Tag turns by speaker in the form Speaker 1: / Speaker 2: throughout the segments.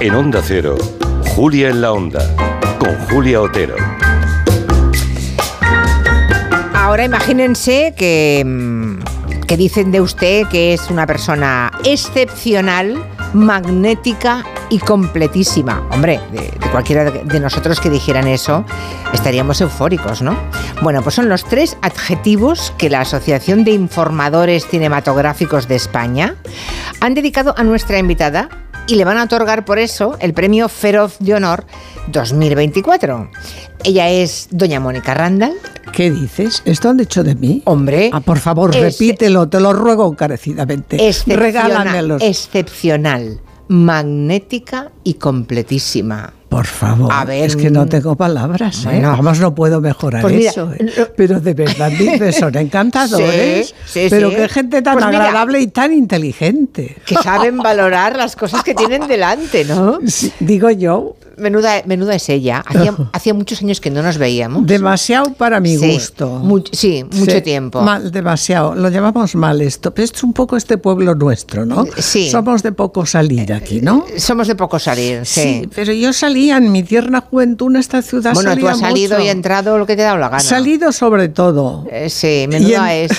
Speaker 1: En Onda Cero, Julia en la Onda, con Julia Otero.
Speaker 2: Ahora imagínense que, mm, que dicen de usted que es una persona excepcional, magnética y completísima. Hombre, de, de cualquiera de de nosotros que dijeran eso, estaríamos eufóricos, ¿no? Bueno, pues son los tres adjetivos que la Asociación de Informadores Cinematográficos de España han dedicado a nuestra invitada y le van a otorgar por eso el premio Feroz de Honor 2024. Ella es doña Mónica Randall.
Speaker 3: ¿Qué dices? ¿Esto han dicho de mí?
Speaker 2: Hombre,
Speaker 3: Ah, por favor,
Speaker 2: Es-
Speaker 3: repítelo, te lo ruego encarecidamente.
Speaker 2: excepcional,
Speaker 3: Regálamelos.
Speaker 2: excepcional, magnética y completísima.
Speaker 3: Por favor,
Speaker 2: A ver, mm,
Speaker 3: es que no tengo palabras, ¿eh?
Speaker 2: bueno.
Speaker 3: Vamos, no puedo mejorar
Speaker 2: Pues mira,
Speaker 3: eso. ¿eh?
Speaker 2: lo-
Speaker 3: Pero de verdad dices, son encantadores.
Speaker 2: Sí, sí,
Speaker 3: pero
Speaker 2: sí.
Speaker 3: qué gente tan
Speaker 2: Pues mira.
Speaker 3: agradable y tan inteligente.
Speaker 2: Que saben valorar las cosas que tienen delante, ¿no?
Speaker 3: Sí, digo yo,
Speaker 2: Menuda, menuda es ella. Hacía, hacía muchos años que no nos veíamos.
Speaker 3: demasiado para mi
Speaker 2: Sí,
Speaker 3: gusto.
Speaker 2: much- sí, mucho
Speaker 3: Sí,
Speaker 2: tiempo.
Speaker 3: Mal, demasiado. Lo llamamos mal esto. Pero es un poco este pueblo nuestro, ¿no?
Speaker 2: Sí. Eh,
Speaker 3: Somos de poco salir aquí, ¿no?
Speaker 2: Somos de poco salir, sí.
Speaker 3: Sí, pero yo salía en mi tierna juventud en esta ciudad.
Speaker 2: bueno, tú
Speaker 3: salía
Speaker 2: has salido
Speaker 3: mucho.
Speaker 2: y entrado lo que te ha dado la gana.
Speaker 3: Salido sobre todo.
Speaker 2: Eh, sí, menuda
Speaker 3: Y en-
Speaker 2: es.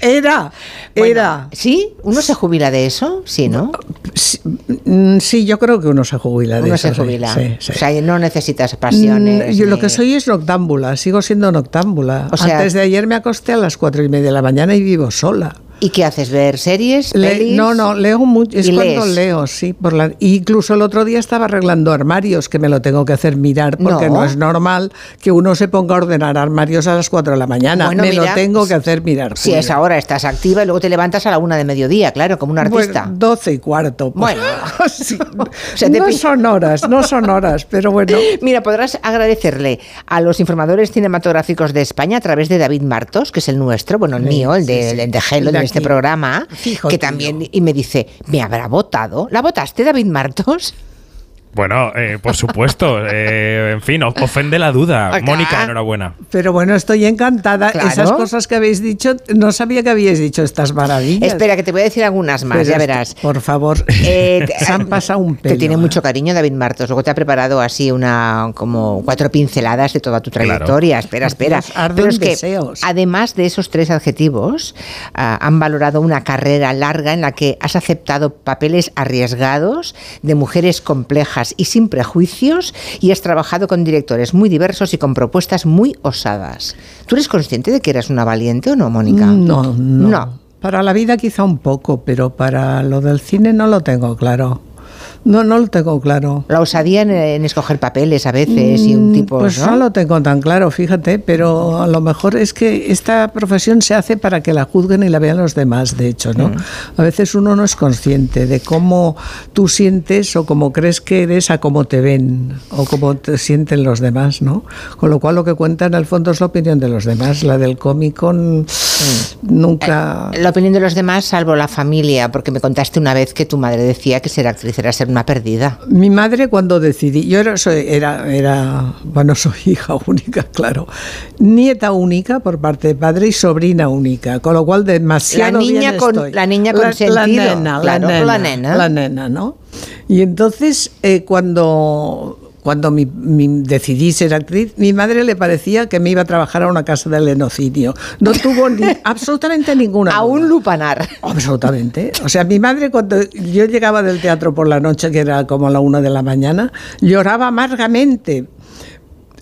Speaker 3: era,
Speaker 2: Bueno,
Speaker 3: era.
Speaker 2: ¿Sí? ¿Uno se jubila de eso? Sí, ¿no?
Speaker 3: Sí, mm, sí, yo creo que uno se jubila de
Speaker 2: Uno
Speaker 3: eso,
Speaker 2: se
Speaker 3: sí,
Speaker 2: jubila.
Speaker 3: sí, sí.
Speaker 2: O sea, no necesitas
Speaker 3: Mm,
Speaker 2: pasiones.
Speaker 3: Yo lo
Speaker 2: ni-
Speaker 3: que soy es noctámbula, sigo siendo noctámbula.
Speaker 2: O sea-
Speaker 3: Antes de ayer me acosté a las cuatro y media de la mañana y vivo sola.
Speaker 2: ¿Y qué haces? ¿Ver series?
Speaker 3: Le-
Speaker 2: pelis?
Speaker 3: no, no, leo mucho. Es
Speaker 2: ¿Y
Speaker 3: cuando
Speaker 2: lees?
Speaker 3: leo, sí. Por la, incluso el otro día estaba arreglando armarios, que me lo tengo que hacer mirar, porque
Speaker 2: No.
Speaker 3: no, es normal que uno se ponga a ordenar armarios a las 4 de la mañana.
Speaker 2: Bueno,
Speaker 3: me
Speaker 2: mira,
Speaker 3: lo tengo que hacer mirar.
Speaker 2: Si a esa hora estás activa y luego te levantas a la una de mediodía, claro, como un artista.
Speaker 3: Bueno, 12 y cuarto. pues.
Speaker 2: Bueno.
Speaker 3: Sí.
Speaker 2: sea, te
Speaker 3: no
Speaker 2: pi-
Speaker 3: son horas, no son horas, pero bueno.
Speaker 2: Mira, podrás agradecerle a los informadores cinematográficos de España a través de David Martos, que es el nuestro, bueno, el mío, el de, el de Gelo,
Speaker 3: El
Speaker 2: de
Speaker 3: de
Speaker 2: este
Speaker 3: aquí.
Speaker 2: programa,
Speaker 3: Fijo
Speaker 2: que
Speaker 3: tuyo.
Speaker 2: también, y me dice, ¿me habrá votado? ¿La votaste, David Martos?
Speaker 4: Bueno, eh, por supuesto. eh, en fin, of- ofende la duda.
Speaker 2: Acá.
Speaker 4: Mónica, enhorabuena.
Speaker 3: Pero bueno, estoy encantada.
Speaker 2: Claro.
Speaker 3: Esas cosas que habéis dicho, no sabía que habíais dicho estas maravillas.
Speaker 2: Espera, que te voy a decir algunas más,
Speaker 3: Pero
Speaker 2: ya
Speaker 3: esto-
Speaker 2: verás.
Speaker 3: Por favor,
Speaker 2: Eh, te-
Speaker 3: se han pasado un pelo.
Speaker 2: Te tiene
Speaker 3: ¿eh?
Speaker 2: mucho cariño David Martos. Luego te ha preparado así una como cuatro pinceladas de toda tu trayectoria. Espera, espera.
Speaker 3: Dios, arden
Speaker 2: Pero es que
Speaker 3: deseos.
Speaker 2: además de esos tres adjetivos, ah, han valorado una carrera larga en la que has aceptado papeles arriesgados de mujeres complejas y sin prejuicios y has trabajado con directores muy diversos y con propuestas muy osadas. ¿Tú eres consciente de que eras una valiente o no, Mónica?
Speaker 3: No, no.
Speaker 2: No.
Speaker 3: Para la vida quizá un poco, pero para lo del cine no lo tengo claro. No, no lo tengo claro.
Speaker 2: La osadía en, en escoger papeles a veces y un tipo.
Speaker 3: Pues
Speaker 2: ¿no?
Speaker 3: no lo tengo tan claro, fíjate, pero a lo mejor es que esta profesión se hace para que la juzguen y la vean los demás, de hecho,
Speaker 2: Mm.
Speaker 3: ¿no? A veces uno no es consciente de cómo tú sientes o cómo crees que eres a cómo te ven o cómo te sienten los demás, ¿no? Con lo cual lo que cuenta en el fondo es la opinión de los demás, la del cómico
Speaker 2: Mm.
Speaker 3: n- nunca...
Speaker 2: La opinión de los demás, salvo la familia, porque me contaste una vez que tu madre decía que ser actriz era ser una perdida.
Speaker 3: Mi madre cuando decidí, yo era, soy- era, era, bueno, soy hija única, claro, nieta única por parte de padre y sobrina única, con lo cual demasiado
Speaker 2: La niña
Speaker 3: bien
Speaker 2: con-
Speaker 3: estoy.
Speaker 2: la niña con sentido,
Speaker 3: nena,
Speaker 2: claro,
Speaker 3: la nena,
Speaker 2: la nena.
Speaker 3: la nena, ¿no? Y entonces eh, cuando cuando mi- mi- decidí ser actriz, mi madre le parecía que me iba a trabajar a una casa de lenocidio. No tuvo ni, absolutamente ninguna.
Speaker 2: a
Speaker 3: duda.
Speaker 2: un lupanar.
Speaker 3: Absolutamente. O sea, mi madre cuando yo llegaba del teatro por la noche, que era como a la una de la mañana, lloraba amargamente.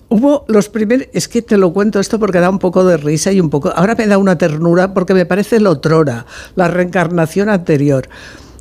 Speaker 3: Hubo los primeros, es que te lo cuento esto porque da un poco de risa y un poco, ahora me da una ternura porque me parece la otrora, la reencarnación anterior.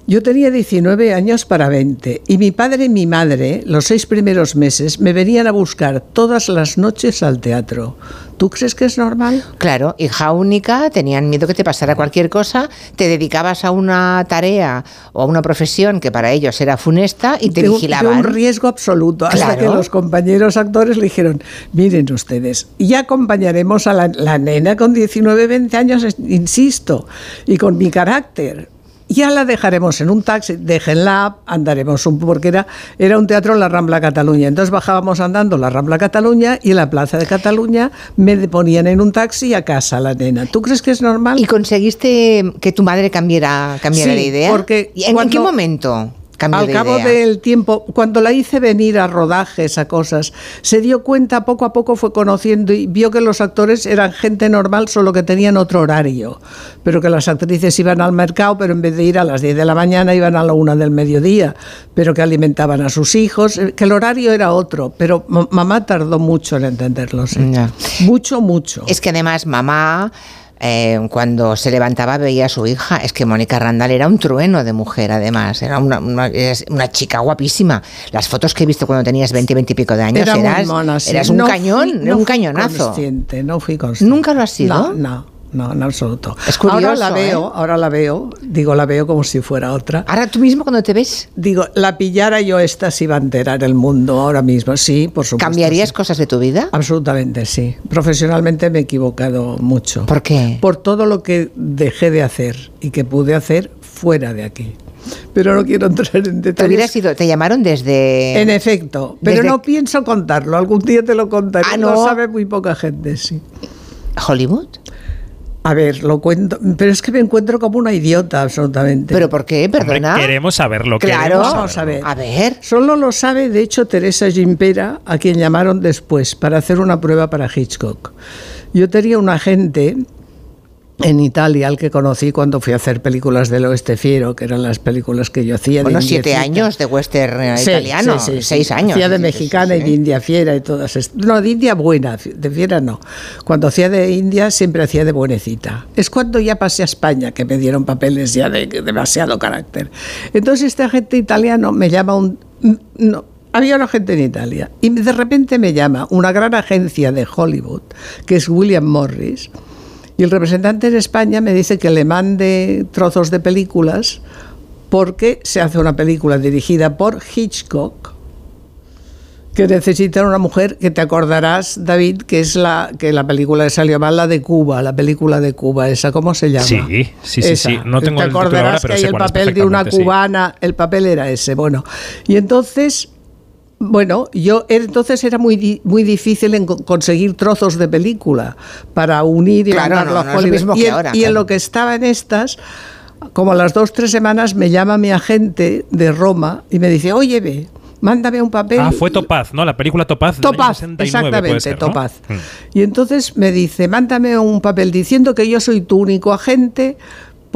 Speaker 3: Yo tenía 19 años para 20 y mi padre y mi madre, los seis primeros meses, me venían a buscar todas las noches al teatro. ¿Tú crees que es normal?
Speaker 2: Claro, hija única, tenían miedo que te pasara cualquier cosa, te dedicabas a una tarea o a una profesión que para ellos era funesta y te
Speaker 3: de un- de
Speaker 2: vigilaban.
Speaker 3: un riesgo absoluto. Hasta
Speaker 2: Claro.
Speaker 3: que los compañeros actores le dijeron, miren ustedes, ya acompañaremos a la, la nena con 19, 20 años, es- insisto, y con mi carácter. Ya la dejaremos en un taxi, déjenla, andaremos un porque era, era un teatro en la Rambla Cataluña. Entonces bajábamos andando la Rambla Cataluña y en la Plaza de Cataluña me ponían en un taxi y a casa la nena. ¿Tú crees que es normal?
Speaker 2: ¿Y conseguiste que tu madre cambiara, cambiara
Speaker 3: Sí,
Speaker 2: de idea?
Speaker 3: porque
Speaker 2: ¿Y ¿En, en qué
Speaker 3: cuando-
Speaker 2: momento? Cambio
Speaker 3: al
Speaker 2: de
Speaker 3: cabo
Speaker 2: idea.
Speaker 3: del tiempo, cuando la hice venir a rodajes, a cosas, se dio cuenta poco a poco, fue conociendo y vio que los actores eran gente normal, solo que tenían otro horario, pero que las actrices iban al mercado, pero en vez de ir a las 10 de la mañana, iban a la 1 del mediodía, pero que alimentaban a sus hijos, eh, que el horario era otro, pero ma- mamá tardó mucho en entenderlo, sí.
Speaker 2: Ya.
Speaker 3: Mucho, mucho.
Speaker 2: Es que además mamá, eh, cuando se levantaba veía a su hija, es que Mónica Randall era un trueno de mujer además, era una, una- es una chica guapísima. Las fotos que he visto cuando tenías 20, 20 y pico de años
Speaker 3: Era muy
Speaker 2: eras,
Speaker 3: mona, sí.
Speaker 2: eras un
Speaker 3: No fui-
Speaker 2: cañón, era
Speaker 3: no
Speaker 2: un
Speaker 3: fui
Speaker 2: cañonazo.
Speaker 3: consciente, no fui consciente.
Speaker 2: ¿Nunca lo has sido?
Speaker 3: No, no, no, en absoluto.
Speaker 2: Es curioso,
Speaker 3: ahora la
Speaker 2: ¿eh?
Speaker 3: veo, ahora la veo, digo, la veo como si fuera otra.
Speaker 2: Ahora tú mismo cuando te ves,
Speaker 3: Digo, la pillara yo esta si bandera en el mundo ahora mismo, sí, por supuesto.
Speaker 2: ¿cambiarías
Speaker 3: sí.
Speaker 2: cosas de tu vida?
Speaker 3: Absolutamente, sí. Profesionalmente me he equivocado mucho.
Speaker 2: ¿Por qué?
Speaker 3: Por todo lo que dejé de hacer y que pude hacer fuera de aquí. Pero no quiero entrar en
Speaker 2: Te
Speaker 3: detalles.
Speaker 2: hubieras ido, te llamaron desde...
Speaker 3: Pues En efecto, pero
Speaker 2: Desde-
Speaker 3: no pienso contarlo. Algún día te lo contaré.
Speaker 2: Ah,
Speaker 3: Lo
Speaker 2: ¿no?
Speaker 3: sabe muy poca gente, sí.
Speaker 2: Hollywood.
Speaker 3: A ver, lo cuento, pero es que me encuentro como una idiota absolutamente.
Speaker 2: ¿Pero por qué?
Speaker 4: Hombre,
Speaker 2: Perdona.
Speaker 4: queremos saberlo.
Speaker 2: claro.
Speaker 4: queremos
Speaker 3: Vamos a
Speaker 4: saberlo.
Speaker 3: ver.
Speaker 2: A ver.
Speaker 3: Solo lo sabe, de hecho, Teresa Gimpera, a quien llamaron después para hacer una prueba para Hitchcock. Yo tenía un agente en Italia al que conocí cuando fui a hacer películas del oeste fiero, que eran las películas que yo hacía. de
Speaker 2: Bueno, siete
Speaker 3: indiecita.
Speaker 2: años de western eh,
Speaker 3: Sí,
Speaker 2: italiano,
Speaker 3: sí, sí, sí.
Speaker 2: seis años.
Speaker 3: Hacía de
Speaker 2: Sí, sí, sí,
Speaker 3: mexicana y
Speaker 2: sí.
Speaker 3: de india fiera y todas estas. No, de india buena, de fiera no. Cuando hacía de india siempre hacía de buenecita. Es cuando ya pasé a España que me dieron papeles ya de, de demasiado carácter. Entonces este agente italiano me llama un... No, había una gente en Italia y de repente me llama una gran agencia de Hollywood, que es William Morris, y el representante en España me dice que le mande trozos de películas porque se hace una película dirigida por Hitchcock que necesita una mujer que te acordarás, David, que es la que la película que salió mal, la de Cuba, la película de Cuba, esa, ¿cómo se llama?
Speaker 4: Sí, sí, sí,
Speaker 3: Esa.
Speaker 4: sí. No tengo
Speaker 3: Te
Speaker 4: el título
Speaker 3: acordarás
Speaker 4: ahora, pero
Speaker 3: que hay
Speaker 4: sé
Speaker 3: el
Speaker 4: cuál es
Speaker 3: papel de una
Speaker 4: perfectamente, sí.
Speaker 3: cubana, el papel era ese, bueno. Y entonces bueno, yo era- entonces era muy di- muy difícil en co- conseguir trozos de película para unir y
Speaker 2: Claro,
Speaker 3: mandarlo
Speaker 2: no,
Speaker 3: a
Speaker 2: no es lo
Speaker 3: Hollywood.
Speaker 2: mismo
Speaker 3: y
Speaker 2: que
Speaker 3: en-
Speaker 2: ahora,
Speaker 3: y en
Speaker 2: claro.
Speaker 3: lo que estaba en estas, como a las dos tres semanas me llama mi agente de Roma y me dice, oye, ve, mándame un papel.
Speaker 4: Ah, fue Topaz, ¿no? La película Topaz. del año
Speaker 3: Topaz,
Speaker 4: 69, puede
Speaker 3: exactamente,
Speaker 4: ser, ¿no?
Speaker 3: Topaz.
Speaker 4: Mm.
Speaker 3: Y entonces me dice, mándame un papel diciendo que yo soy tu único agente,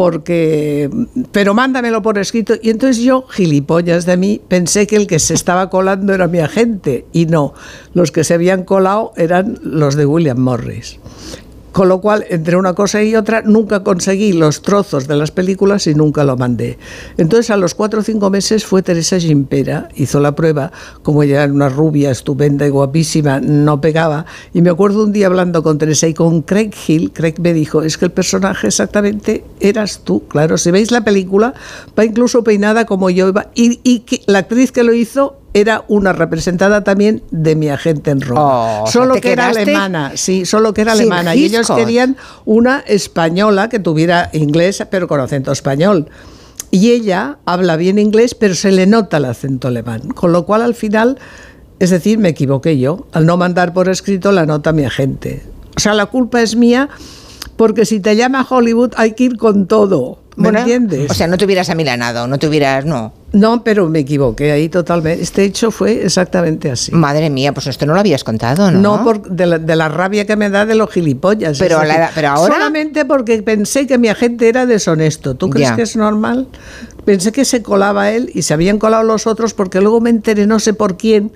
Speaker 3: porque, pero mándamelo por escrito. Y entonces yo, gilipollas de mí, pensé que el que se estaba colando era mi agente, y no, los que se habían colado eran los de William Morris. Con lo cual, entre una cosa y otra, nunca conseguí los trozos de las películas y nunca lo mandé. Entonces, a los cuatro o cinco meses fue Teresa Gimpera, hizo la prueba, como ella era una rubia estupenda y guapísima, no pegaba. Y me acuerdo un día hablando con Teresa y con Craig Hill, Craig me dijo, es que el personaje exactamente eras tú. Claro, si veis la película, va incluso peinada como yo iba. Y, y que la actriz que lo hizo era una representada también de mi agente en Roma.
Speaker 2: Oh, o sea,
Speaker 3: solo
Speaker 2: te
Speaker 3: que era
Speaker 2: quedaste-
Speaker 3: alemana, Ah, sí, solo que era
Speaker 2: Sin
Speaker 3: alemana. Y ellos
Speaker 2: Hitchcock.
Speaker 3: querían una española que tuviera inglés, pero con acento español. Y ella habla bien inglés, pero se le nota el acento alemán. Con lo cual, al final, es decir, me equivoqué yo. Al no mandar por escrito la nota a mi agente. O sea, la culpa es mía, porque si te llama Hollywood hay que ir con todo. ¿Me
Speaker 2: Bueno,
Speaker 3: entiendes?
Speaker 2: O sea, no te hubieras amilanado, no te hubieras, no.
Speaker 3: no, pero me equivoqué ahí totalmente. Este hecho fue exactamente así.
Speaker 2: Madre mía, pues esto no lo habías contado, ¿no?
Speaker 3: No, por, de, la, de la rabia que me da de los gilipollas.
Speaker 2: Pero
Speaker 3: Es
Speaker 2: la-
Speaker 3: decir,
Speaker 2: pero ahora-
Speaker 3: Solamente porque pensé que mi agente era deshonesto. ¿Tú crees
Speaker 2: Ya.
Speaker 3: que es normal? Pensé que se colaba él y se habían colado los otros porque luego me enteré, no sé por quién,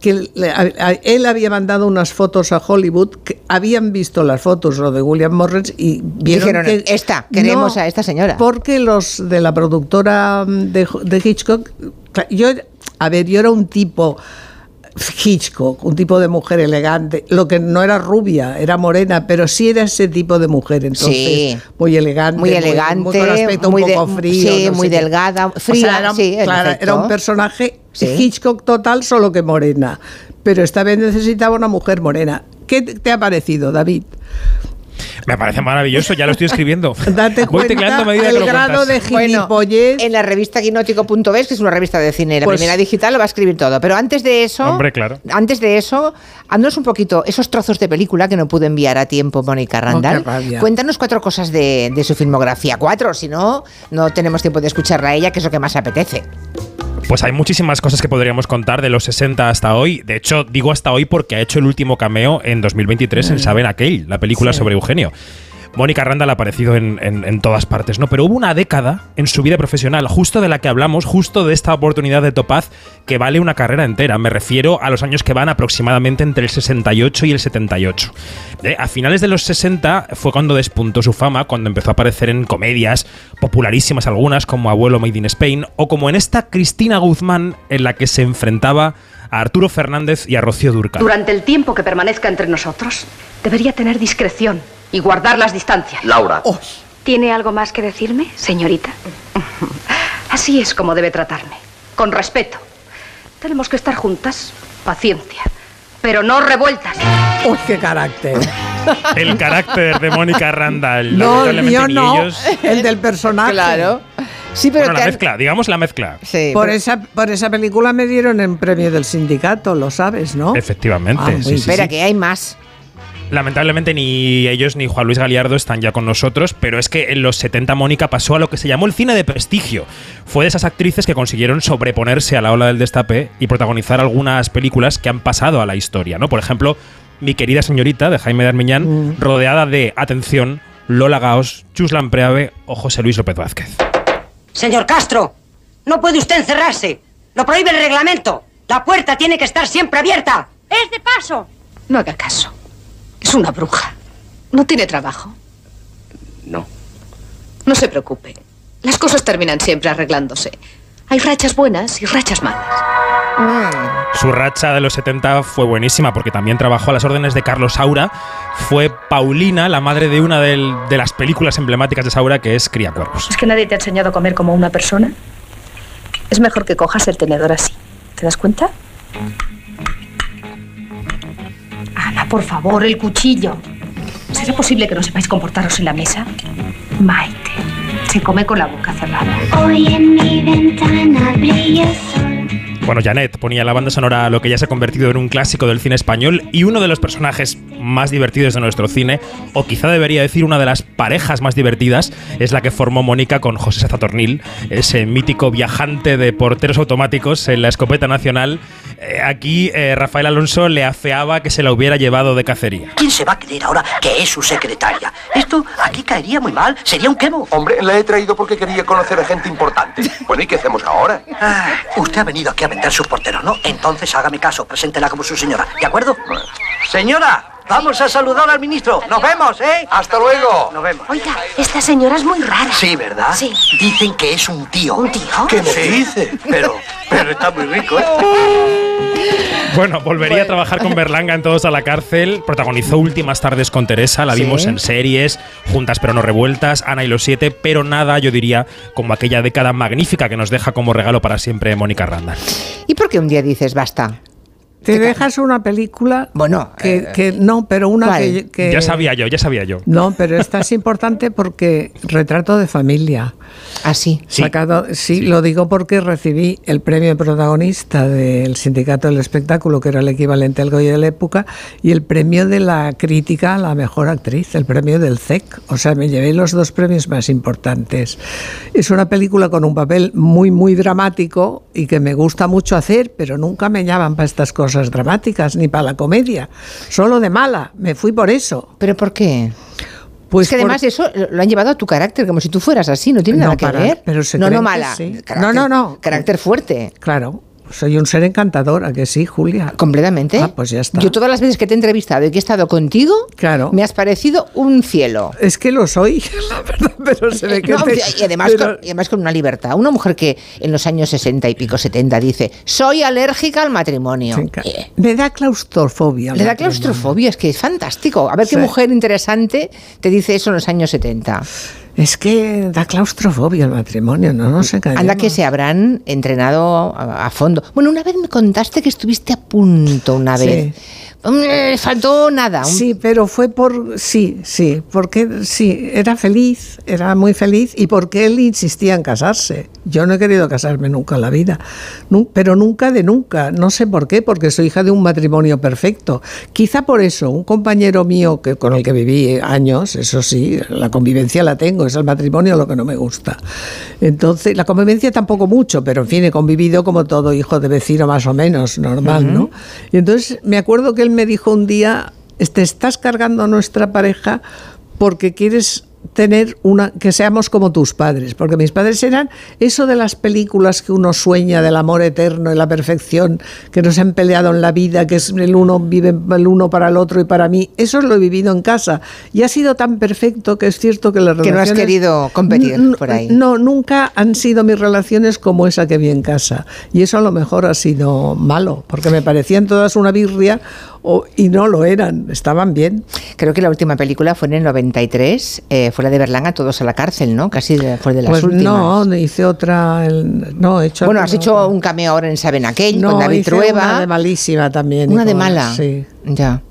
Speaker 3: que le- a- a- él había mandado unas fotos a Hollywood, que habían visto las fotos, lo de William Morris, y vieron
Speaker 2: Dijeron,
Speaker 3: que...
Speaker 2: "Esta, queremos a esta señora".
Speaker 3: Porque los de la productora mm, de, de Hitchcock... cla- Yo, a ver, yo era un tipo... Hitchcock, un tipo de mujer elegante, lo que no era rubia, era morena, pero sí era ese tipo de mujer, entonces
Speaker 2: Sí.
Speaker 3: muy elegante,
Speaker 2: Muy elegante,
Speaker 3: muy, con aspecto
Speaker 2: muy
Speaker 3: un
Speaker 2: de-
Speaker 3: poco frío,
Speaker 2: sí,
Speaker 3: no
Speaker 2: muy
Speaker 3: sé qué.
Speaker 2: delgada,
Speaker 3: O sea,
Speaker 2: fría,
Speaker 3: era, un-
Speaker 2: sí, en
Speaker 3: claro,
Speaker 2: efecto.
Speaker 3: era un personaje
Speaker 2: Sí.
Speaker 3: Hitchcock total, solo que morena, pero esta vez necesitaba una mujer morena. ¿Qué te te ha parecido, David?
Speaker 4: Me parece maravilloso, ya lo estoy escribiendo.
Speaker 3: Date
Speaker 4: Voy tecleando
Speaker 3: cuenta
Speaker 4: a medida que
Speaker 3: el
Speaker 4: lo
Speaker 3: grado
Speaker 4: cuentas.
Speaker 3: de
Speaker 2: Bueno,
Speaker 3: gilipollez.
Speaker 2: en la revista guinótico.es, que es una revista de cine, la
Speaker 3: Pues-
Speaker 2: primera digital, lo va a escribir todo. Pero antes de eso,
Speaker 4: Hombre, claro.
Speaker 2: antes de eso, haznos un poquito esos trozos de película que no pude enviar a tiempo Mónica Randall.
Speaker 3: Oh, qué rabia.
Speaker 2: Cuéntanos cuatro cosas de, de su filmografía, cuatro, si no, no tenemos tiempo de escucharla a ella, que es lo que más apetece.
Speaker 4: Pues hay muchísimas cosas que podríamos contar de los 60 hasta hoy. De hecho, digo hasta hoy porque ha hecho el último cameo en 2023 en
Speaker 3: Mm.
Speaker 4: Saben Aquel, la película sobre Eugenio. Mónica Randall ha aparecido en, en- en todas partes, ¿no? Pero hubo una década en su vida profesional, justo de la que hablamos, justo de esta oportunidad de Topaz, que vale una carrera entera. Me refiero a los años que van aproximadamente entre el 68 y el 78. Eh, A finales de los 60 fue cuando despuntó su fama, cuando empezó a aparecer en comedias, popularísimas algunas, como Abuelo Made in Spain, o como en esta Cristina Guzmán, en la que se enfrentaba a Arturo Fernández y a Rocío Durcal.
Speaker 5: Durante el tiempo que permanezca entre nosotros, debería tener discreción y guardar las distancias.
Speaker 6: Laura.
Speaker 5: ¿Tiene algo más que decirme, señorita? Así es como debe tratarme, con respeto. Tenemos que estar juntas, paciencia, pero no revueltas.
Speaker 3: ¡Uy, qué carácter!
Speaker 4: El carácter de Mónica Randall.
Speaker 3: No, el
Speaker 4: lamentablemente
Speaker 3: mío
Speaker 4: ni
Speaker 3: no,
Speaker 4: ellos-
Speaker 3: el del personaje.
Speaker 2: Claro. Sí, pero
Speaker 4: Bueno,
Speaker 2: te
Speaker 4: la
Speaker 2: han-
Speaker 4: mezcla, digamos la mezcla.
Speaker 2: Sí,
Speaker 3: Por
Speaker 2: pero-
Speaker 3: esa, por esa película me dieron el premio del sindicato, lo sabes, ¿no?
Speaker 4: Efectivamente.
Speaker 3: Ah, muy
Speaker 4: sí, sí,
Speaker 2: espera,
Speaker 4: sí.
Speaker 2: que hay más.
Speaker 4: Lamentablemente ni ellos ni Juan Luis Galiardo están ya con nosotros, pero es que en los 70 Mónica pasó a lo que se llamó el cine de prestigio. Fue de esas actrices que consiguieron sobreponerse a la ola del destape y protagonizar algunas películas que han pasado a la historia, ¿no? Por ejemplo, Mi querida señorita de Jaime de Armiñán,
Speaker 3: Mm.
Speaker 4: rodeada de, atención, Lola Gaos, Chus Lampreave o José Luis López Vázquez.
Speaker 7: Señor Castro, no puede usted encerrarse. Lo prohíbe el reglamento. La puerta tiene que estar siempre abierta.
Speaker 5: ¡Es de paso! No haga caso. Es una bruja. No tiene trabajo.
Speaker 6: No.
Speaker 5: No se preocupe. Las cosas terminan siempre arreglándose. Hay rachas buenas y rachas malas.
Speaker 3: Ah.
Speaker 4: Su racha de los 70 fue buenísima porque también trabajó a las órdenes de Carlos Saura. Fue Paulina, la madre de una del- de las películas emblemáticas de Saura, que es Cría Cuervos.
Speaker 8: ¿Es que nadie te ha enseñado a comer como una persona? Es mejor que cojas el tenedor así. ¿Te das cuenta? Ana, por favor, el cuchillo. ¿Será posible que no sepáis comportaros en la mesa? Maite, se come con la boca cerrada.
Speaker 9: Hoy en mi ventana brilla el sol.
Speaker 4: Bueno, Janet ponía la banda sonora a lo que ya se ha convertido en un clásico del cine español y uno de los personajes más divertidos de nuestro cine, o quizá debería decir una de las parejas más divertidas, es la que formó Mónica con José Sazatornil, ese mítico viajante de porteros automáticos en la escopeta nacional. Eh, aquí eh, Rafael Alonso le afeaba que se la hubiera llevado de cacería.
Speaker 7: ¿Quién se va a creer ahora que es su secretaria? Esto aquí caería muy mal. Sería un quemo.
Speaker 6: Hombre, la he traído porque quería conocer a gente importante. Bueno, ¿y qué hacemos ahora?
Speaker 7: Ah, usted ha venido aquí a vender sus porteros, ¿no? Entonces hágame caso, preséntela como su señora, ¿de acuerdo? Señora, vamos a saludar al ministro. Nos vemos, ¿eh?
Speaker 6: ¡Hasta luego!
Speaker 7: Nos vemos.
Speaker 9: Oiga, esta señora es muy rara.
Speaker 7: Sí, ¿verdad?
Speaker 9: Sí.
Speaker 7: Dicen que es un tío.
Speaker 9: ¿Un tío?
Speaker 6: ¿Qué me dice? Pero, pero está muy rico ¿eh? esto.
Speaker 4: Bueno, volvería a trabajar con Berlanga en Todos a la Cárcel. Protagonizó Últimas Tardes con Teresa, la vimos en series, Juntas pero no revueltas, Ana y los Siete, pero nada, yo diría, como aquella década magnífica que nos deja como regalo para siempre Mónica Randall.
Speaker 2: ¿Y por qué un día dices basta?
Speaker 3: Te dejas una película.
Speaker 2: Bueno,
Speaker 3: que,
Speaker 2: eh,
Speaker 3: que- no, pero una
Speaker 2: ¿cuál?
Speaker 3: que, que-
Speaker 4: Ya sabía yo, ya sabía yo.
Speaker 3: No, pero esta es importante porque retrato de familia.
Speaker 2: Así.
Speaker 4: Sí.
Speaker 3: Sacado, sí, lo digo porque recibí el premio protagonista del Sindicato del Espectáculo, que era el equivalente al Goya de la época, y el premio de la crítica a la mejor actriz, el premio del CEC. O sea, me llevé los dos premios más importantes. Es una película con un papel muy, muy dramático y que me gusta mucho hacer, pero nunca me llaman para estas cosas dramáticas ni para la comedia. Solo de mala, me fui por eso.
Speaker 2: ¿Pero por qué?
Speaker 3: Pues
Speaker 2: es que
Speaker 3: por-
Speaker 2: además eso lo han llevado a tu carácter, como si tú fueras así, no tiene
Speaker 3: No,
Speaker 2: nada que
Speaker 3: para-
Speaker 2: ver.
Speaker 3: pero se
Speaker 2: no,
Speaker 3: creen
Speaker 2: no
Speaker 3: que
Speaker 2: mala.
Speaker 3: sí.
Speaker 2: Carácter-
Speaker 3: No, no, no.
Speaker 2: Carácter fuerte.
Speaker 3: Claro, soy un ser encantador, ¿a que sí, Julia?
Speaker 2: Completamente.
Speaker 3: Ah, pues ya está.
Speaker 2: Yo todas las veces que te he entrevistado y que he estado contigo,
Speaker 3: Claro.
Speaker 2: me has parecido un cielo.
Speaker 3: Es que lo soy, la verdad, pero se ve que...
Speaker 2: Eh, No,
Speaker 3: te-
Speaker 2: y, además
Speaker 3: pero-
Speaker 2: con, y además con una libertad. Una mujer que en los años 60 y pico, 70 dice, soy alérgica al matrimonio.
Speaker 3: se enca-
Speaker 2: Eh,
Speaker 3: Me da claustrofobia.
Speaker 2: Le da
Speaker 3: la prima.
Speaker 2: claustrofobia, es que es fantástico. A ver qué
Speaker 3: Sí.
Speaker 2: mujer interesante te dice eso en los años 70.
Speaker 3: Es que da claustrofobia el matrimonio, no nos engañemos.
Speaker 2: Anda que se habrán entrenado a, a fondo. Bueno, una vez me contaste que estuviste a punto una
Speaker 3: Sí.
Speaker 2: vez Hombre, faltó nada. un-
Speaker 3: Sí, pero fue por. Sí, sí, porque sí, era feliz, era muy feliz y porque él insistía en casarse. Yo no he querido casarme nunca en la vida, nu- pero nunca de nunca. No sé por qué, porque soy hija de un matrimonio perfecto. Quizá por eso, un compañero mío que, con el que viví eh, años, eso sí, la convivencia la tengo, es el matrimonio lo que no me gusta. Entonces, la convivencia tampoco mucho, pero en fin, he convivido como todo hijo de vecino más o menos, normal, ¿no? Y entonces me acuerdo que él me dijo un día es- te estás cargando a nuestra pareja porque quieres tener una que seamos como tus padres, porque mis padres eran eso de las películas que uno sueña del amor eterno y la perfección, que nos han peleado en la vida, que es el uno vive el uno para el otro y para mí, eso lo he vivido en casa y ha sido tan perfecto que es cierto que las
Speaker 2: Que no has
Speaker 3: relaciones-
Speaker 2: querido competir
Speaker 3: N-
Speaker 2: por ahí.
Speaker 3: No, nunca han sido mis relaciones como esa que vi en casa. Y eso a lo mejor ha sido malo, porque me parecían todas una birria o- y no lo eran, estaban bien.
Speaker 2: Creo que la última película fue en el 93, eh, fue la de Berlanga, Todos a la cárcel, ¿no? Casi de- fue de las
Speaker 3: Pues
Speaker 2: últimas.
Speaker 3: no, no hice otra. el- no, he hecho
Speaker 2: bueno, has
Speaker 3: alguna
Speaker 2: hecho
Speaker 3: otra.
Speaker 2: un cameo ahora en Saben Aquel
Speaker 3: no,
Speaker 2: con David
Speaker 3: hice
Speaker 2: Trueba.
Speaker 3: Una de malísima también.
Speaker 2: Una de
Speaker 3: Nicolás,
Speaker 2: mala.
Speaker 3: Sí.
Speaker 2: Ya.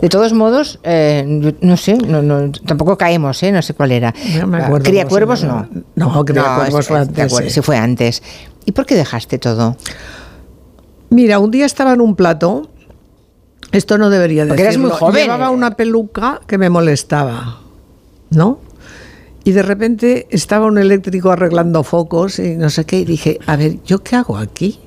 Speaker 2: De todos modos, eh, yo no sé, no, no, tampoco caemos, ¿eh? no sé cuál era.
Speaker 3: No me acuerdo
Speaker 2: Cría
Speaker 3: cómo se
Speaker 2: Cuervos
Speaker 3: llamaba.
Speaker 2: no.
Speaker 3: No, Cría Cuervos fue
Speaker 2: de
Speaker 3: antes,
Speaker 2: acuerdo,
Speaker 3: sí.
Speaker 2: sí, fue antes. ¿Y por qué dejaste todo?
Speaker 3: Mira, un día estaba en un plató. Esto no debería
Speaker 2: Porque eras
Speaker 3: decirlo.
Speaker 2: muy joven.
Speaker 3: Llevaba una peluca que me molestaba, ¿no? Y de repente estaba un eléctrico arreglando focos y no sé qué. Y dije, a ver, ¿yo qué hago aquí?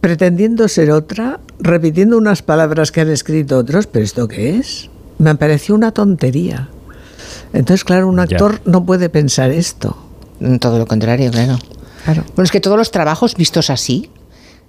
Speaker 3: Pretendiendo ser otra, repitiendo unas palabras que han escrito otros, pero ¿esto qué es? Me pareció una tontería. Entonces, claro, un
Speaker 4: Ya.
Speaker 3: actor no puede pensar esto.
Speaker 2: Mm, Todo lo contrario, claro.
Speaker 3: Claro.
Speaker 2: Bueno, es que todos los trabajos vistos así,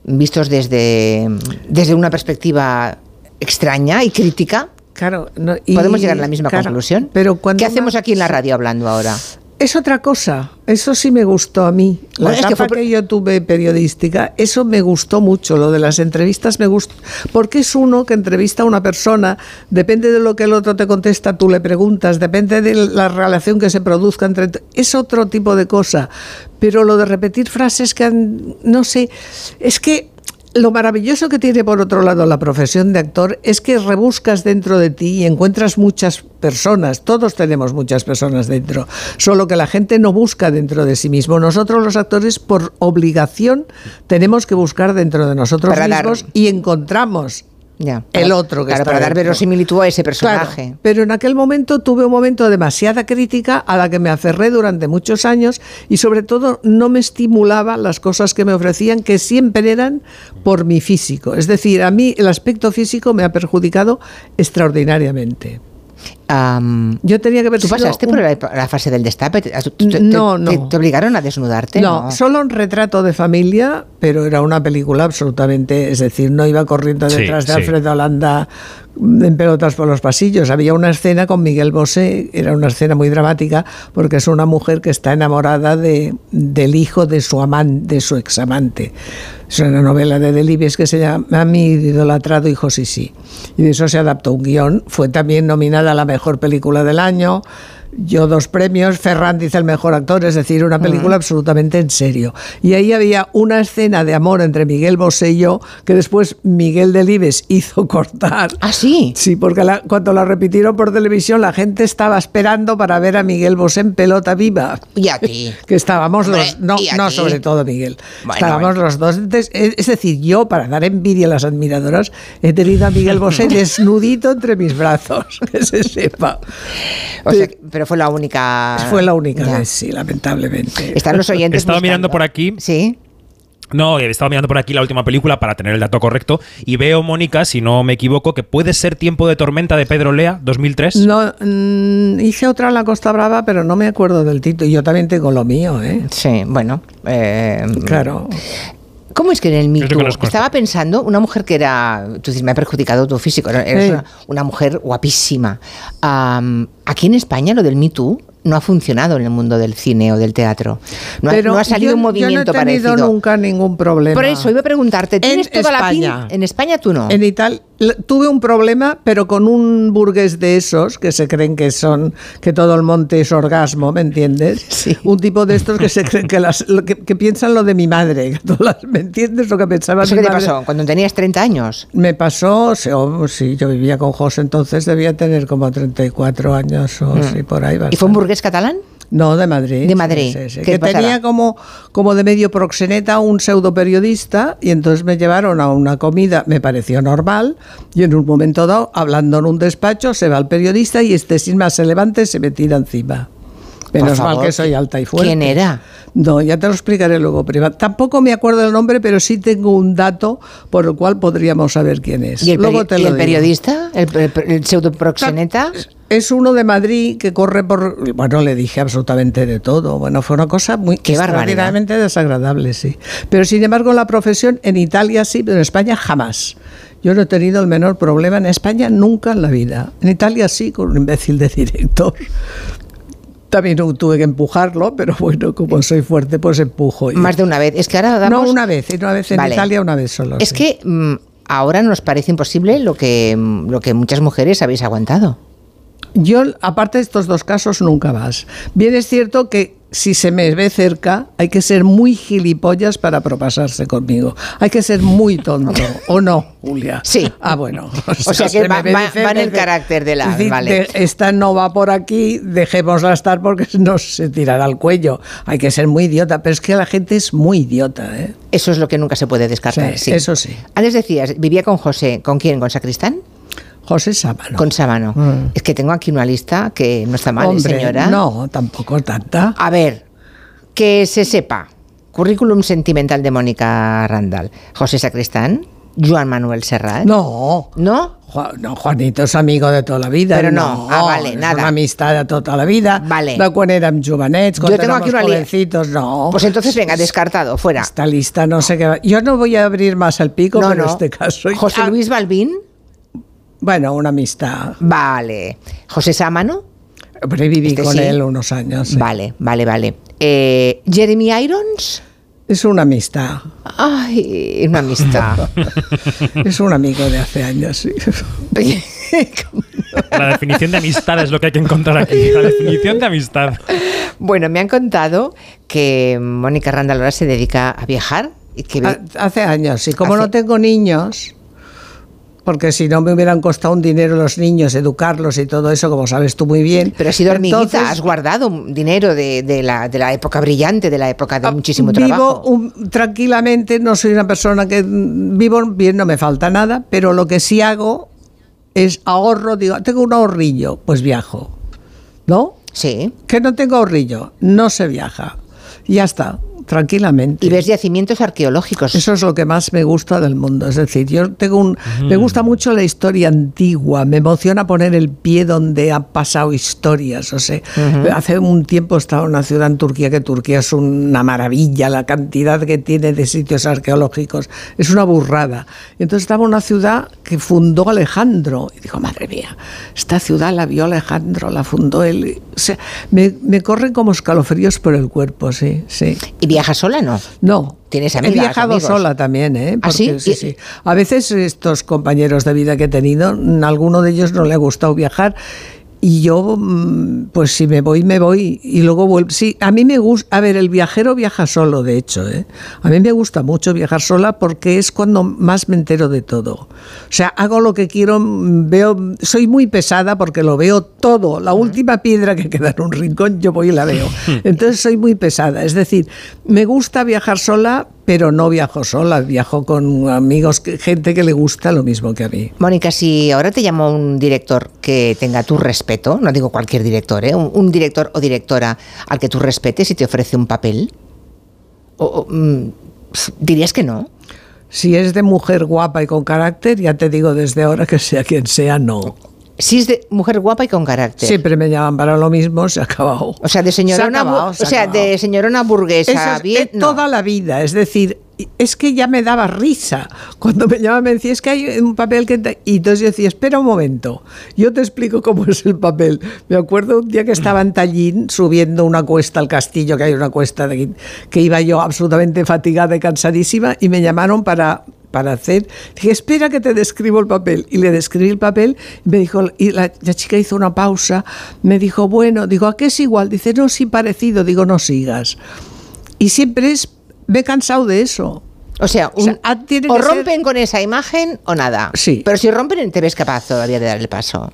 Speaker 2: vistos desde, desde una perspectiva extraña y crítica,
Speaker 3: Claro, no- y-
Speaker 2: podemos llegar a la misma
Speaker 3: claro,
Speaker 2: conclusión.
Speaker 3: Pero cuando
Speaker 2: ¿Qué hacemos
Speaker 3: una-
Speaker 2: aquí en la radio hablando ahora?
Speaker 3: Es otra cosa, eso sí me gustó a mí. La
Speaker 2: Bueno, es que
Speaker 3: etapa
Speaker 2: fue-
Speaker 3: que, yo tuve periodística, eso me gustó mucho, lo de las entrevistas me gusta, porque es uno que entrevista a una persona, depende de lo que el otro te contesta, tú le preguntas, depende de la relación que se produzca entre... Es otro tipo de cosa, pero lo de repetir frases que han... no sé, es que lo maravilloso que tiene por otro lado la profesión de actor es que rebuscas dentro de ti y encuentras muchas personas. Todos tenemos muchas personas dentro, solo que la gente no busca dentro de sí mismo. Nosotros los actores por obligación tenemos que buscar dentro de nosotros
Speaker 2: Para dar-
Speaker 3: mismos y encontramos
Speaker 2: Ya,
Speaker 3: el
Speaker 2: para-
Speaker 3: otro que
Speaker 2: claro,
Speaker 3: está
Speaker 2: para dar
Speaker 3: dentro.
Speaker 2: verosimilitud a ese
Speaker 3: Claro,
Speaker 2: personaje.
Speaker 3: pero en aquel momento tuve un momento de demasiada crítica a la que me aferré durante muchos años y sobre todo no me estimulaba las cosas que me ofrecían que siempre eran por mi físico. Es decir, a mí el aspecto físico me ha perjudicado extraordinariamente.
Speaker 2: Am,
Speaker 3: Yo tenía que ver
Speaker 2: ¿Tú pasaste por la, la fase del destape? ¿Te- te- te-
Speaker 3: No,
Speaker 2: te-
Speaker 3: no.
Speaker 2: ¿Te obligaron a desnudarte?
Speaker 3: No, solo un retrato de familia, pero era una película absolutamente, es decir, no iba corriendo
Speaker 4: Sí,
Speaker 3: detrás de
Speaker 4: sí.
Speaker 3: Alfredo Holanda mm, en pelotas por los pasillos. Había una escena con Miguel Bosé, era una escena muy dramática, porque es una mujer que está enamorada de, del hijo de su amante, de su examante. Es una novela de Delibes que se llama Mi idolatrado hijo sí sí. Y de eso se adaptó un guión. Fue también nominada a la mejor película del año. Yo dos premios, Ferrandiz el mejor actor, es decir, una película absolutamente en serio. Y ahí había una escena de amor entre Miguel Bosé y yo, que después Miguel Delibes hizo cortar.
Speaker 2: ¿Ah, sí?
Speaker 3: Sí, porque la- cuando la repitieron por televisión, la gente estaba esperando para ver a Miguel Bosé en pelota viva
Speaker 2: Y a ti.
Speaker 3: que estábamos
Speaker 2: Hombre,
Speaker 3: los no,
Speaker 2: ¿y a
Speaker 3: no
Speaker 2: ti?
Speaker 3: sobre todo Miguel
Speaker 2: Bueno,
Speaker 3: estábamos
Speaker 2: bueno.
Speaker 3: los dos Entonces, es es decir yo para dar envidia a las admiradoras he tenido a Miguel Bosé desnudito entre mis brazos que se sepa
Speaker 2: O sea, que- pero fue la única.
Speaker 3: fue la única
Speaker 2: Ah, Ya.
Speaker 3: vez sí lamentablemente
Speaker 2: Están los oyentes.
Speaker 4: Estaba
Speaker 2: buscando.
Speaker 4: mirando por aquí.
Speaker 2: Sí.
Speaker 4: No, he estado mirando por aquí la última película para tener el dato correcto y veo, Mónica, si no me equivoco, que puede ser Tiempo de Tormenta de Pedro Lea, 2003.
Speaker 3: no, mm, hice otra en la Costa Brava pero no me acuerdo del título yo también tengo lo mío ¿eh?
Speaker 2: Sí, bueno. eh,
Speaker 3: claro
Speaker 2: ¿Cómo es que en el Me
Speaker 4: Es lo que
Speaker 2: Too?
Speaker 4: nos cuesta.
Speaker 2: Estaba pensando, una mujer que era. Tú dices, me ha perjudicado tu físico. era- Eres
Speaker 3: Sí.
Speaker 2: una, una mujer guapísima. Am, aquí en España lo del Me Too no ha funcionado en el mundo del cine o del teatro. No ha, no ha salido
Speaker 3: yo-
Speaker 2: un movimiento
Speaker 3: yo no he tenido
Speaker 2: parecido.
Speaker 3: nunca ningún problema
Speaker 2: Por eso iba a preguntarte,
Speaker 3: En
Speaker 2: ¿tienes toda la
Speaker 3: España.
Speaker 2: pinta? En España tú no.
Speaker 3: En Italia, la- tuve un problema, pero con un burgués de esos que se creen que son que todo el monte es orgasmo, ¿me entiendes?
Speaker 2: Sí.
Speaker 3: Un tipo de estos que se creen que las lo que, que piensan lo de mi madre, que todas las- ¿me entiendes lo que pensaba
Speaker 2: ¿Eso
Speaker 3: mi
Speaker 2: qué te
Speaker 3: madre?
Speaker 2: pasó? Cuando tenías 30 años.
Speaker 3: Me pasó, o sea, o- sí, yo vivía con José entonces, debía tener como 34 años o así por ahí.
Speaker 2: Mm. ¿Y fue un
Speaker 3: bastante.
Speaker 2: burgués catalán?
Speaker 3: No, de Madrid.
Speaker 2: De Madrid.
Speaker 3: Sí, sí, sí.
Speaker 2: ¿Qué
Speaker 3: Que
Speaker 2: pasaba?
Speaker 3: tenía como, como de medio proxeneta un pseudo periodista y entonces me llevaron a una comida, me pareció normal, y en un momento dado, hablando en un despacho, se va el periodista y este sin más se levante se me tira encima. Menos mal
Speaker 2: favor,
Speaker 3: que soy alta y fuerte.
Speaker 2: ¿quién era?
Speaker 3: No, ya te lo explicaré luego privado. Tampoco me acuerdo el nombre, pero sí tengo un dato por el cual podríamos saber quién es.
Speaker 2: ¿Y el,
Speaker 3: luego
Speaker 2: peri-
Speaker 3: te
Speaker 2: y
Speaker 3: lo
Speaker 2: el
Speaker 3: digo.
Speaker 2: periodista? ¿El, el- el pseudoproxeneta?
Speaker 3: Es uno de Madrid que corre por. Bueno, le dije absolutamente de todo. Bueno, fue una cosa muy
Speaker 2: Qué barbaridad.
Speaker 3: extraordinariamente desagradable, sí. Pero sin embargo, la profesión en Italia sí, pero en España jamás. Yo no he tenido el menor problema en España nunca en la vida. En Italia sí, con un imbécil de director. También tuve que empujarlo, pero bueno, como soy fuerte, pues empujo. y-
Speaker 2: Más de una vez. Es que ahora
Speaker 3: no,
Speaker 2: damos...
Speaker 3: una vez, y una vez en
Speaker 2: Vale.
Speaker 3: Italia, una vez solo.
Speaker 2: Es
Speaker 3: sí.
Speaker 2: que mm, ahora nos parece imposible lo que, mm, lo que muchas mujeres habéis aguantado.
Speaker 3: Yo, aparte de estos dos casos, nunca más. Bien es cierto que si se me ve cerca, hay que ser muy gilipollas para propasarse conmigo. Hay que ser muy tonto, ¿o no, Julia?
Speaker 2: Sí.
Speaker 3: Ah, bueno.
Speaker 2: O sea que
Speaker 3: se me
Speaker 2: va-
Speaker 3: ve
Speaker 2: va-
Speaker 3: de cerca,
Speaker 2: va en el
Speaker 3: dice-
Speaker 2: carácter de la-
Speaker 3: dice,
Speaker 2: vale.
Speaker 3: de- esta no va por aquí, dejémosla estar porque nos se tirará al cuello. Hay que ser muy idiota, pero es que la gente es muy idiota, ¿eh?
Speaker 2: Eso es lo que nunca se puede descartar.
Speaker 3: Sí, eso sí.
Speaker 2: Antes decías, vivía con José. ¿Con quién? ¿Con Sacristán?
Speaker 3: José Sábalo.
Speaker 2: Con Sábano.
Speaker 3: Mm.
Speaker 2: Es que tengo aquí una lista que no está mal, ¿eh,
Speaker 3: Hombre,
Speaker 2: señora.
Speaker 3: no, tampoco tanta.
Speaker 2: A ver, que se sepa. Currículum sentimental de Mónica Randall. José Sacristán, Joan Manuel Serrat.
Speaker 3: No.
Speaker 2: ¿No?
Speaker 3: Ju- No, Juanito es amigo de toda la vida.
Speaker 2: Però no. Ah, vale,
Speaker 3: és
Speaker 2: nada.
Speaker 3: una amitat de tota la vida.
Speaker 2: Vale.
Speaker 3: De quan érem jovenets, quan
Speaker 2: Yo tengo
Speaker 3: éramos
Speaker 2: aquí una li-
Speaker 3: jovencitos, no.
Speaker 2: Pues entonces, venga, descartado, fuera.
Speaker 3: Esta lista no sé qué va. Yo no voy a abrir más el pico,
Speaker 2: No,
Speaker 3: pero
Speaker 2: no.
Speaker 3: este caso...
Speaker 2: José
Speaker 3: Ah,
Speaker 2: Luis Balbín,
Speaker 3: Bueno, una amistad.
Speaker 2: vale. José Sámano,
Speaker 3: Pero viví
Speaker 2: Este
Speaker 3: con
Speaker 2: sí.
Speaker 3: él unos años. sí.
Speaker 2: vale, vale, vale. Eh, Jeremy Irons,
Speaker 3: Es una amistad.
Speaker 2: ay, una amistad.
Speaker 3: es un amigo de hace años, sí.
Speaker 4: La definición de amistad es lo que hay que encontrar aquí. La definición de amistad.
Speaker 2: bueno, me han contado que Mónica Randall ahora se dedica a viajar y que ve-
Speaker 3: Ha- Ah, Hace años, y como
Speaker 2: Hace-
Speaker 3: no tengo niños, porque si no me hubieran costado un dinero los niños, educarlos y todo eso, como sabes tú muy bien.
Speaker 2: Pero has sido hormiguita,
Speaker 3: entonces
Speaker 2: has guardado un dinero de, de la, de la época brillante, de la época de muchísimo
Speaker 3: Ah, vivo
Speaker 2: trabajo.
Speaker 3: un- tranquilamente, no soy una persona que mm, vivo bien, no me falta nada, pero lo que sí hago es ahorro, digo, tengo un ahorrillo, pues viajo. ¿No?
Speaker 2: Sí.
Speaker 3: Que no tengo ahorrillo, no se viaja. Y Ya está, tranquilamente.
Speaker 2: Y ves yacimientos arqueológicos.
Speaker 3: Eso es lo que más me gusta del mundo. Es decir, yo tengo un, me gusta mucho la historia antigua. Me emociona poner el pie donde han pasado historias. O sea, hace un tiempo estaba en una ciudad en Turquía que Turquía es una maravilla, la cantidad que tiene de sitios arqueológicos es una burrada. Y entonces estaba en una ciudad que fundó Alejandro y digo, madre mía, esta ciudad la vio Alejandro, la fundó él. O sea, me, me corren como escalofríos por el cuerpo, sí, sí.
Speaker 2: ¿Y viajas sola, no?
Speaker 3: No.
Speaker 2: ¿Tienes amigas,
Speaker 3: He viajado
Speaker 2: amigos?
Speaker 3: sola también, ¿eh?
Speaker 2: ¿Ah, sí?
Speaker 3: sí,
Speaker 2: ¿Y-
Speaker 3: sí. A veces estos compañeros de vida que he tenido, n- alguno de ellos no le ha gustado viajar. Y yo, mm, pues si me voy, me voy. Y luego vuelvo. Sí, a mí me gusta. A ver, el viajero viaja solo, de hecho. ¿eh? A mí me gusta mucho viajar sola porque es cuando más me entero de todo. O sea, hago lo que quiero, mm, veo. Soy muy pesada porque lo veo todo. La última piedra que queda en un rincón, yo voy y la veo. Entonces soy muy pesada. Es decir, me gusta viajar sola, pero no viajo sola. Viajo con amigos, que- gente que le gusta lo mismo que a mí.
Speaker 2: Mónica, si ahora te llama un director que tenga tu respeto, no digo cualquier director, ¿eh? un, un director o directora al que tú respetes y te ofrece un papel, o- o, mm, pf, dirías que no.
Speaker 3: Si es de mujer guapa y con carácter, ya te digo desde ahora que sea quien sea, no.
Speaker 2: Si es de mujer guapa y con carácter.
Speaker 3: Siempre me llaman para lo mismo, se ha acabado.
Speaker 2: O sea, de
Speaker 3: Se ha
Speaker 2: señorona, bu-
Speaker 3: acabado,
Speaker 2: o
Speaker 3: se ha
Speaker 2: sea,
Speaker 3: acabado.
Speaker 2: de señorona
Speaker 3: Eso
Speaker 2: burguesa,
Speaker 3: es
Speaker 2: bien.
Speaker 3: de
Speaker 2: no.
Speaker 3: toda la vida, es decir, es que ya me daba risa cuando me llamaban, me decía, es que hay un papel que... te-". Y entonces yo decía, espera un momento, yo te explico cómo es el papel. Me acuerdo un día que estaba en Tallín subiendo una cuesta al castillo, que hay una cuesta de aquí, que iba yo absolutamente fatigada y cansadísima, y me llamaron para para hacer. Dije, espera que te describo el papel. Y le describí el papel y me dijo, y la, la chica hizo una pausa, me dijo, bueno, digo, ¿a qué es igual? Dice, no, sí, parecido. Digo, no sigas. Y siempre es, me he cansado de eso.
Speaker 2: O sea,
Speaker 3: O sea,
Speaker 2: un-
Speaker 3: ah, tiene
Speaker 2: o
Speaker 3: que ser-
Speaker 2: rompen con esa imagen o nada.
Speaker 3: Sí.
Speaker 2: Pero si rompen, te ves capaz todavía de dar el paso.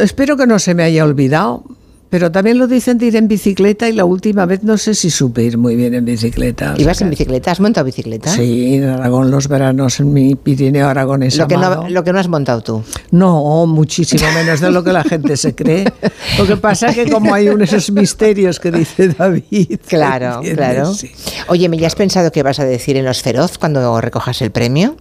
Speaker 3: Espero que no se me haya olvidado, pero también lo dicen de ir en bicicleta y la última vez no sé si supe ir muy bien en bicicleta. o
Speaker 2: ¿Ibas
Speaker 3: sea
Speaker 2: en
Speaker 3: que-
Speaker 2: bicicleta? ¿Has montado bicicleta?
Speaker 3: Sí, en Aragón los veranos, en mi Pirineo aragonés.
Speaker 2: Lo que, no,
Speaker 3: amado.
Speaker 2: lo que no has montado tú.
Speaker 3: No, muchísimo menos de lo que la gente se cree. Lo que pasa es que como hay unos esos misterios que dice David.
Speaker 2: Claro,
Speaker 3: ¿entiendes?
Speaker 2: claro.
Speaker 3: Sí.
Speaker 2: Oye, ¿me ya has pensado qué vas a decir en Los Feroz cuando recojas el premio?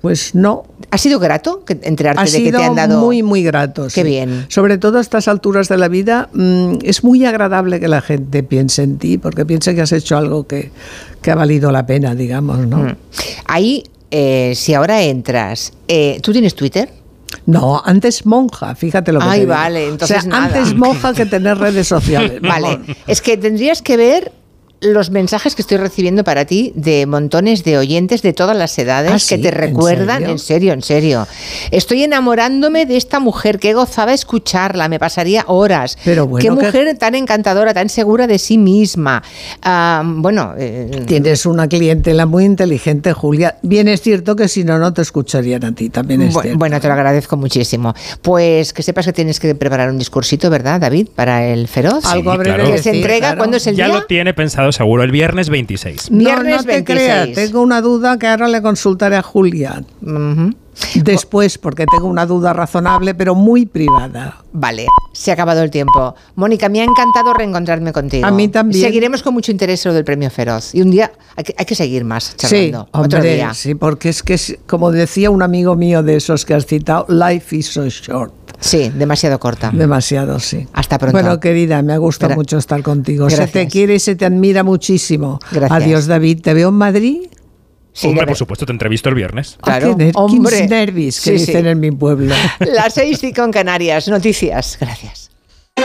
Speaker 3: Pues no,
Speaker 2: ¿Ha sido grato que- enterarte
Speaker 3: ha
Speaker 2: de que
Speaker 3: sido
Speaker 2: te han dado...?
Speaker 3: muy, muy grato.
Speaker 2: Qué bien.
Speaker 3: Sobre todo a estas alturas de la vida, mm, es muy agradable que la gente piense en ti, porque piensa que has hecho algo que, que ha valido la pena, digamos, ¿no?
Speaker 2: Mm. Ahí, eh, si ahora entras... eh, ¿Tú tienes Twitter?
Speaker 3: No, antes monja, fíjate lo que
Speaker 2: Ay,
Speaker 3: te digo.
Speaker 2: vale,
Speaker 3: O
Speaker 2: entonces
Speaker 3: sea,
Speaker 2: nada.
Speaker 3: antes monja que tener redes sociales.
Speaker 2: Vale,
Speaker 3: Vamos.
Speaker 2: es que tendrías que ver los mensajes que estoy recibiendo para ti de montones de oyentes de todas las edades
Speaker 3: ¿Ah,
Speaker 2: que
Speaker 3: sí?
Speaker 2: te
Speaker 3: ¿En
Speaker 2: recuerdan,
Speaker 3: serio?
Speaker 2: en serio? en serio, Estoy enamorándome de esta mujer que gozaba escucharla, me pasaría horas.
Speaker 3: Pero bueno,
Speaker 2: qué
Speaker 3: que-
Speaker 2: mujer tan encantadora, tan segura de sí misma. Ah, bueno, eh,
Speaker 3: Tienes una clientela muy inteligente, Julia. Bien es cierto que si no, no te escucharían a ti, también es
Speaker 2: bu-
Speaker 3: cierto.
Speaker 2: bueno, te lo agradezco muchísimo. Pues que sepas que tienes que preparar un discursito, ¿verdad, David? Para el feroz.
Speaker 3: Algo
Speaker 4: Sí,
Speaker 3: habré
Speaker 4: claro.
Speaker 3: de
Speaker 2: Que se
Speaker 3: decir,
Speaker 2: entrega
Speaker 3: claro.
Speaker 2: cuando es el
Speaker 4: ya
Speaker 2: día.
Speaker 4: lo tiene pensado seguro, el viernes 26.
Speaker 3: no,
Speaker 2: Viernes
Speaker 3: no te
Speaker 2: 26.
Speaker 3: creas, tengo una duda que ahora le consultaré a Julia.
Speaker 2: Ujú.
Speaker 3: Después, porque tengo una duda razonable, pero muy privada.
Speaker 2: Vale, se ha acabado el tiempo. Mónica, me ha encantado reencontrarme contigo.
Speaker 3: A mí también.
Speaker 2: Seguiremos con mucho interés lo del Premio Feroz. Y un día hay que, hay que seguir más charlando.
Speaker 3: sí, hombre,
Speaker 2: Otro día.
Speaker 3: sí, porque es que, es- como decía un amigo mío de esos que has citado, life is so short.
Speaker 2: Sí, demasiado corta.
Speaker 3: Demasiado, sí.
Speaker 2: Hasta pronto.
Speaker 3: Bueno, querida, me ha gustado
Speaker 2: Gra-
Speaker 3: mucho estar contigo.
Speaker 2: Gracias.
Speaker 3: Se te quiere y se te admira muchísimo.
Speaker 2: Gracias.
Speaker 3: Adiós, David. Te veo en Madrid.
Speaker 2: Sí,
Speaker 4: Hombre,
Speaker 2: de ver-
Speaker 4: por supuesto, te entrevisto el viernes.
Speaker 2: Claro,
Speaker 3: Ah, qué ner-
Speaker 2: hombre.
Speaker 3: quins nervis que
Speaker 2: Sí, sí.
Speaker 3: dicen en mi pueblo.
Speaker 2: Las seis y con Canarias. Noticias. Gracias.